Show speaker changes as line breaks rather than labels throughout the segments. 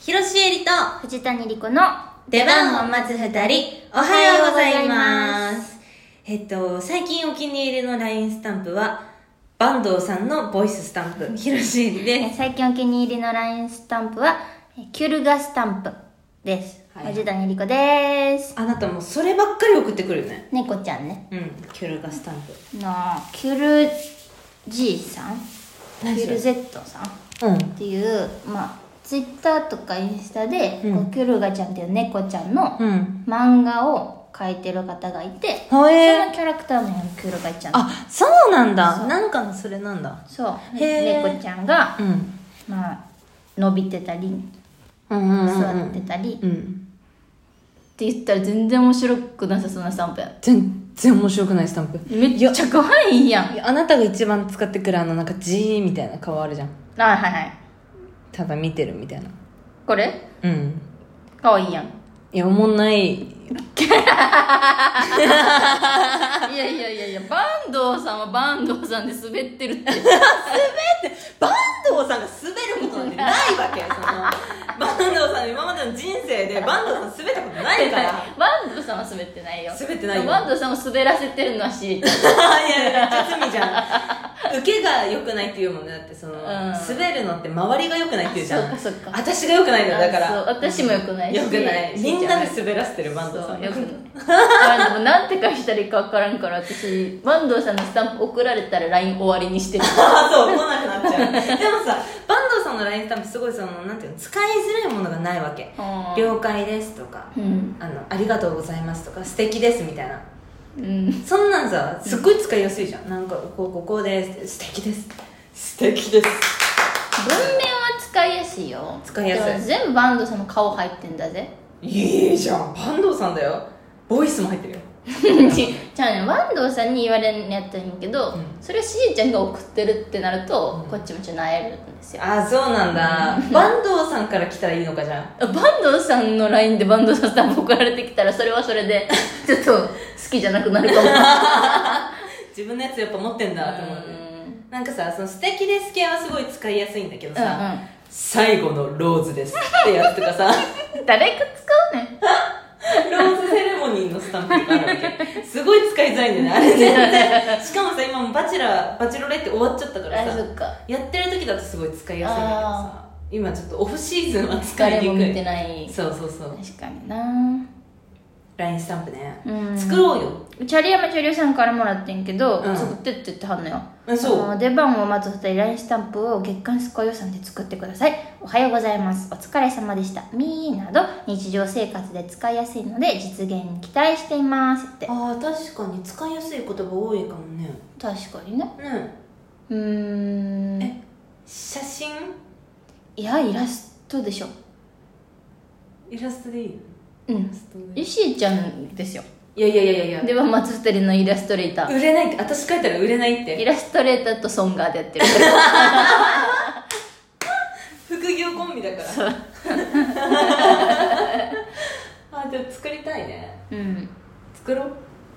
広瀬えりと
藤谷莉子の
出番を待つ二人、おはようございます。えっと、最近お気に入りの LINE スタンプは、坂東さんのボイススタンプ、広瀬えり
え
です。
最近お気に入りの LINE スタンプはえキュルガスタンプです
はい
藤谷莉子です
あなたもそればっかり送ってくるよね。
猫ちゃんね
うん、キュルガスタンプ。
のキュル G さん
何
キ
そ
ュ
れ
ル Z さん
う
っ
ん。
ていうまあツイッターとかインスタで、
うん
こうキュルガちゃんっていう猫ちゃんの
うん。
漫画を描いてる方がいて、
ほ
そ
え
のキャラクターのようにキュルガちゃん
あ、そうなん
そ
だ。
う
なんかのそれなんだ。
そう
へー
猫ちゃんが、
うん。
まあ、伸びてたり
うんうんうん、
座
う
って
ん。
たり、
うん。
って言ったら全然面白くなさそうなスタンプやん
全然面白くないスタンプ。
めっちゃ可愛いやん
いやあなたが一番使ってくるあのなんかじーみたいな顔あるじゃん
はいはいはい
ただ見てるみたいな
これ
うん
可愛いやん
いやおもんない
いやいやいやいや坂東さんは坂東さんで滑ってるって
坂東さんが滑ることなんてないわけよその坂東さん今までの人生で坂東さん滑ったことないから
坂東さんは滑ってないよ
滑ってないよ
でも坂東さんを滑らせてるのは知りたい
いやいや罪じゃん受けが良くないって言うもんねだってその、滑るのって周りが良くないって言うじゃん
あそっかそっか
私が良くないのよだか
あ
ら
そう私も良くないし
良くないみんなで滑らせてる坂
そう
東さん
よくないあでもなんて返したらいいか分からんから私坂東さんのスタンプ送られたら LINE 終わりにしてる
あそう来なくなっちゃうでもさ坂東さんの LINE スタンプすごいそのなんていうの使いづらいものがないわけ「了解です」とか
うん
「あのありがとうございます」とか「素敵です」みたいな
うん
そんなんさすっごい使いやすいじゃんなんか「こうこうこうです」「素敵です」「素敵です」
文面は使いやすいよ
使いやすい
でも全部バンドさんの顔入ってんだぜ
いいじゃん坂東さんだよボイスも入ってるよ
じゃあねバンドさんに言われるのやったらいいけ
う
ど、
ん
それをしーちゃんが送ってるってなると、
うん
こっちもちょっとなえるんですよ
あそうなんだ 坂東さんから来たらいいのかじゃん
バンドさんの LINE でバンドさんスタンプ送られてきたらそれはそ れでちょっと好きじゃなくなるかも
自分のやつやっぱ持ってんだと思うねなんかさその「素敵です」系はすごい使いやすいんだけどさ、
う
最後のローズですってやつとかさ
んうん誰か使うね
ローズセレモニーのスタンプとかあるわけすごい使いづらいんだよねあれ全然しかもさ今もうバチェラーバチェロレって終わっちゃったから
あそ
さ
っか
やってる時だとすごい使いやすいんだけどさ今ちょっとオフシーズンは使
誰
い
も
にく
見て
い
ない
そうそうそう
確かにな
LINE スタンプね、
うん
作ろうよ
チャリヤマチャリヤさんからもらってんけど、
うん
作ってって言ってはんのよ
えそう
あの出番を待つ2人 LINE スタンプを月間スコ予算で作ってくださいおはようございますお疲れ様でしたみーなど日常生活で使いやすいので実現に期待していますって
あー確かに使いやすい言葉多いかもね
確かにね
ね
うーん
え写真
いやイラストでしょ
イラストでいいの
うん
ストで
ゆしーちゃんですよ
いやいやいやいやい
出番待つ2人のイラストレータ
や
ー
売れないって私書いたら売れないって
イラストレーターとソンガーでやってる
副業コンビだから あでも作りたいね
うん
作ろう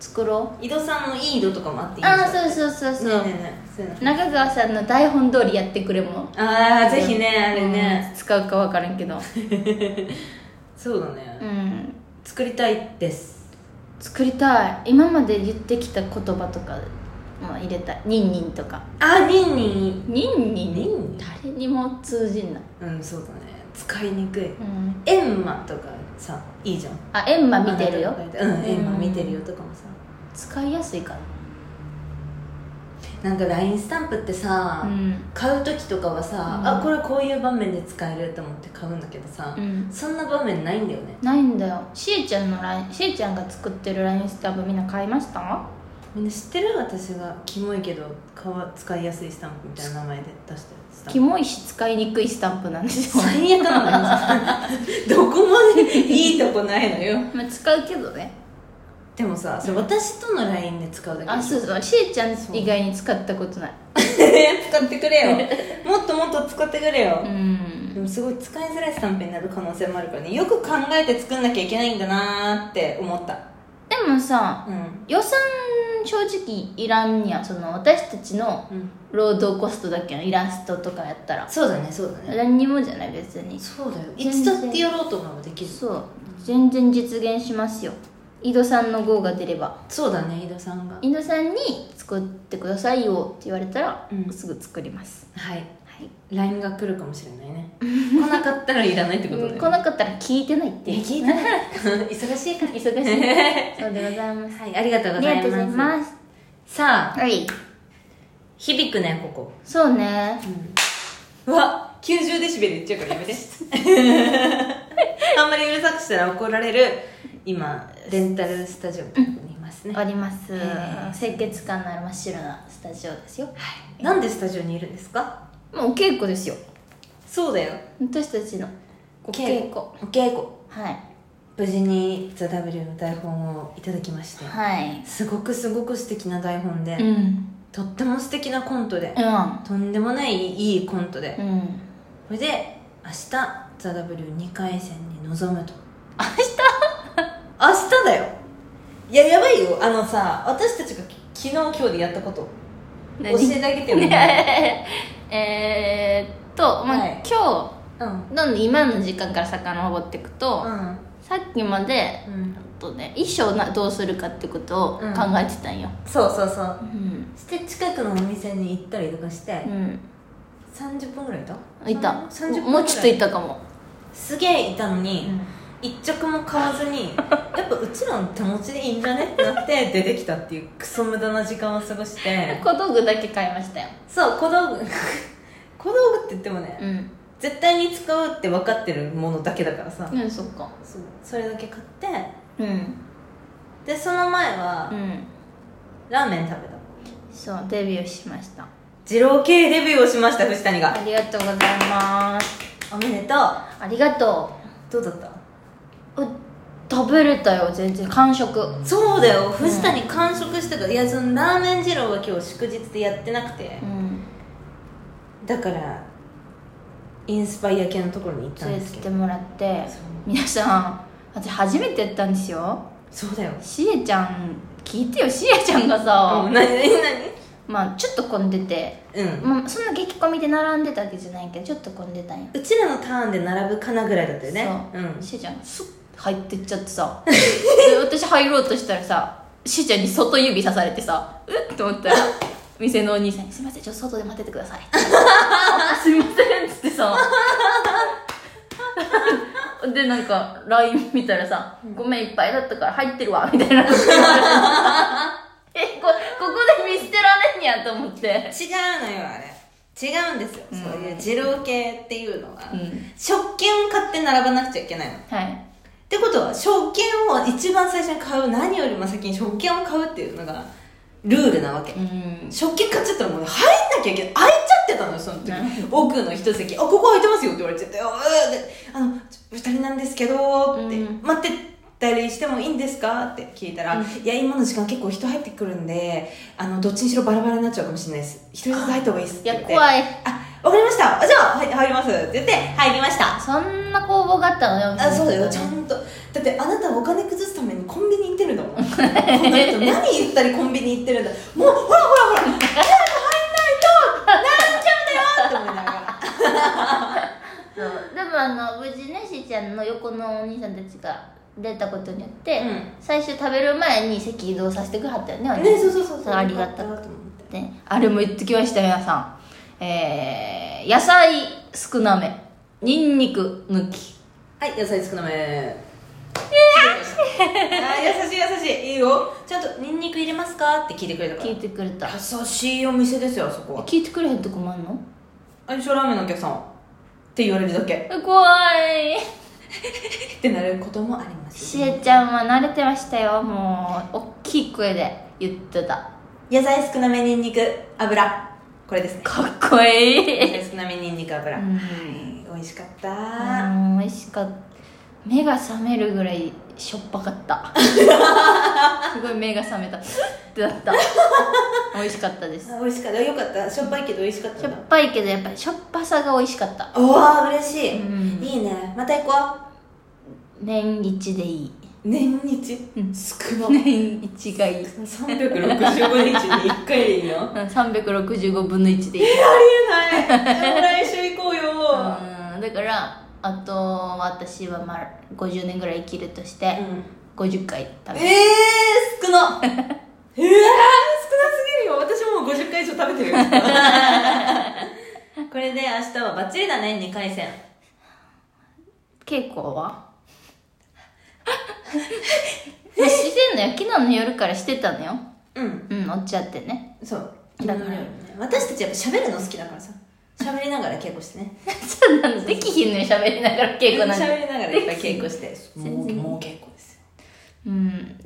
作ろ
井戸さんのいい井戸とかもあってい
う
いん
ああ
ですよ
そうそうそうそ
ね
う、
えねえねえそういうの
中川さんの台本通りやってくれも
ああぜひねあれね、
うん使うか分からん けど
そうだね、
うん
作りたいです
作りたい今まで言ってきた言葉とかも入れたいニンニンとか
あニンニン
ニンニン
ニンニン
誰にも通じんな
うんそうだね使いにくい
うん
エンマとかさいいじゃん
あエンマ見てるよ
うんエンマ見てるよとかもさ
使いやすいか
なんか LINE スタンプってさ、
らうん
買う時とかはさ、
うん
あこれこういう場面で使えると思って買うんだけどさ、
うん
そんな場面ないんだよね
ないんだよしえちゃんのラインしえちゃんが作ってる LINE スタンプみんな買いました
みんな知ってる私がキモいけどかわ使いやすいスタンプみたいな名前で出したスタン
キ
プ
モいし使いにくいスタンプなんですよ
最悪なんだよ どこまでいいとこないのよ
まあ使うけどね
でもさそれ私との LINE で使うだけで
あそうそうしえちゃん以外に使ったことない
使ってくれよもっともっと使ってくれよ
う、ん
でもすごい使いづらいスタンプになる可能性もあるからねよく考えて作んなきゃいけないんだなーって思った
でもさ
うん
予算正直いらんやんその私たちの
うん、
労働コストだけのイラストとかやったら
そうだねそうだね
何にもじゃない別に
そうだよい
全
つ
然
だってやろうと思えばできる
そう全然実現しますよ井戸さんの号が出れば
そうだね井戸さんが
井戸さんに作ってくださいよって言われたら、
うん
すぐ作ります
はい
はい、
LINE が来るかもしれないね来なかったらいらないってことだよ、
う
ね
ん来なかったら聞いてないって
いや聞いてない忙しいから
忙 しいそうでございます
はいありがとうご
あり
ざ
が
い
とうござい
ます
ます
さあ
はい
響くねここ
そうね
うわ90デシベル言っちゃうからやめてあんまりうるさくしたら怒られる今レンタルスタジオのとこにいますね、
あります、
えー
清潔感のある真っ白なスタジオですよ
はい、なんでスタジオにいるんですか
もうお稽古ですよ
そうだよ
私たちのお稽古
お稽古
はい
無事に「THEW」の台本をいただきまして、
はい
すごくすごく素敵な台本で、
うん
とっても素敵なコントで、
う
とんでもないいいコントで、
ん うん
それで明日「THEW2 回戦に臨むと
明
明日だよいややばいよあのさ私たちがき昨日今日でやったこと教
何
えてあげてよ、
日えーっと、まあ
はい
今
うん
日どんどん今の時間から遡っていくと、
うん
さっきまで
うん
えっとね衣装などうするかってことを考えてたんよ
そうそうそう
うん
して近くのお店に行ったりとかして
うん、
30分ぐらいいた
いた
30分ぐらい
もうちょっといたかも、
すげえいたのに、一着も買わず にやっぱうちらの手持ちでいいんじゃねってなって出てきたっていうクソ無駄な時間を過ごして
小道具だけ買いましたよ
そう小道具 小道具って言ってもね、
うん
絶対に使うって分かってるものだけだからさ、
うんそっか
そうそれだけ買って
うん
でその前は、
うん
ラーメン食べた
そうデビューしました
二郎系デビューをしました藤谷
あ
が
りがとうございます
おめでと
ありがと
うどうだった
うう食べれたよ全然完食
そうだよ藤谷完食してた、いやそのラーメン二郎は今日祝日でやってなくて
うん
だからインスパイア系のところに行ったん
連
で
れて
す
き
け
て
ど
もらって
そう
皆さん私初めてやったんですよ
そうだよ
しえちゃん聞いてよしえちゃんがさ、
何何
まあちょっと混んでて、
何うん
まあ、そんな激混みで並んでたわけじゃないけどちょっと混んでたんや
うちらのターンで並ぶかなぐらいだったよね
そう、
ん
しーちゃんスッて入ってっちゃってさで私入ろうとしたらさしーちゃんに外指さされてさうっと思ったら店のお兄さんに「すいませんちょっと外で待っててくだ さい」すいません」っつって さでなんか LINE 見たらさ「ごめんいっぱいだったから入ってるわ」みたい なえこここで見捨てられんやと思って
違うのよあれ違うんですよ、
うん
そういう二郎系っていうのは、
うん
食券を買って並ばなくちゃいけないの
はい
ってことは食券を一番最初に買う何よりも先に食券を買うっていうのがルールなわけ、
うん
食券買っちゃったらもう入んなきゃいけない空いちゃってたのよその時、奥の一席「あここ空いてますよ」って言われちゃって「あーであのちょ二人なんですけど」って、
うん
待ってたりしてもいいんですか?」って聞いたら「
うん
いや今の時間結構人入ってくるんであのどっちにしろバラバラになっちゃうかもしれないです一人ずつ入った方がいいです」っ
い
て言
や
って
怖い
あわかりましたあじゃあはい入ります」って言って入りました
そんな工房があったのよ
あそうだよちゃんとだってあなたお金崩すためにコンビニ行ってるんだもんこんな人何言ったりコンビニ行ってるんだもうほらほらほら早く入んないとなっちゃうんだよって思いながら
そうでもあの無事ねしーちゃんの横のお兄さんたちが出たことによって、
うん
最初食べる前に席移動させてくれはったよねお兄
ね
さん
そうそうそうそう
ありがとう
よかったなと思って
ねあれも言ってきました皆さんえー、野菜少なめにんにく抜き
はい野菜少なめあー優しい優しいいいよちゃんとニンニク入れますかって聞いてくれたか
聞い
ら
てくれた
優しいお店ですよあそこは
聞いてくれへんとこもあんの
あ一緒ラーメンのお客さんって言われるだけ
え怖い
ってなることもあります
しえちゃんは慣れてましたよもう大きい声で言ってた
野菜少なめニンニク油これですね
かっこいい
少なめにんにく油、
うん
はい美味しかった、
うん美味しかった目が覚めるぐらいしょっぱかった すごい目が覚めたってな った美味しかったです
あ美味しかったよかったしょっぱいけど美味しかった
しょ
な
っぱいけどやっぱりしょっぱさが美味しかった
おお嬉しい、
うん
いいねまた行こ
年一でいいう
年日、
うん
少な、
年一がいい、う
365
ん、
日に1回でいい の
365分の1でいい
ありえないでも来週行こうよ
うんだからあと私はまあ50年ぐらい生きるとして
うん
50回食べ
え
る、
えー、少 なうわー少なすぎるよ私もう50回以上食べてるよ これで明日はバッチリだね2回戦
稽古は まあ自然の夜昨日の夜からしてたのよ
うん
うん落ちちゃってね
そう
だから
ね私たちやっぱ喋るの好きだからさ喋りながら稽古してね
そうなのできひんのよ喋りながら稽古なんて
喋りながらいっぱい稽古して
全然
もう稽古ですよ
うん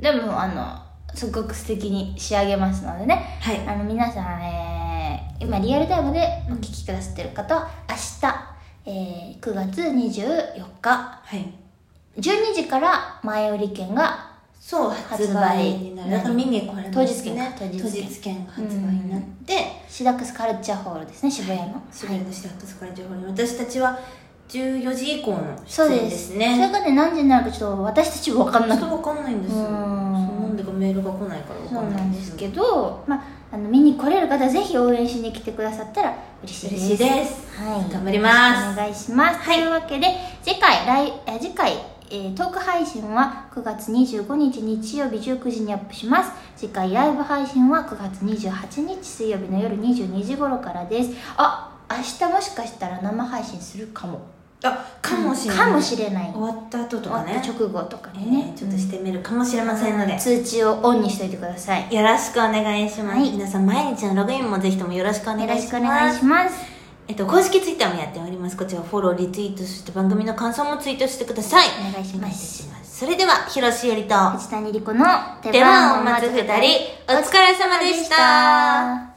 でもあのすごく素敵に仕上げますのでね
はい
あの皆さん、えー今リアルタイムでお聞きくださってる方は明日、えー9月24日
はい
12時から前売り券が
そう
発
発
売
売になるだから見に来られ
当
ま
日
す
券
ね
か当日券
券が発売になって
シダックスカルチャーホールですね渋谷の、
渋谷のシダックスカルチャーホールに私たちは14時以降の
そう
出
で
演
す
です
それ
ね
がね何時になるかちょっと私たちも分かん
ちょ
な
っ
くて
とわかんないんですよ
う
そうんなんでかメールが来ないからわ
そ
か
うんな
ない
んですけ
ど
ど、まあ、あの見に来れる方はぜひ応援しに来てくださったら嬉しいです
嬉しいです
はい、
頑張ります
お願いします、というわけで次回来え次回、えートーク配信は9月25日日曜日19時にアップします次回ライブ配信は9月28日水曜日の夜22時頃からですあ明日もしかしたら生配信するかも
あかもしれな
か
い
もしれない
終わった後と
終
か
わっ
ね
た直後とか
え
にね、
ーちょっとしてみるかもしれませんので
通知をオンにしておいてください
よろしくお願いします、
はい
皆さん毎日のログインもぜひともよろしくお願
よ
いしま
ろ
す
しくお願いします
えっと、公式ツイッターもやっております。こちらフォロー、リツイート、そして番組の感想もツイートしてください。
お願いします
お願いしますそれでは、ひろしよりと、
藤谷莉子の
出番を待つ二人、お疲れ様でした。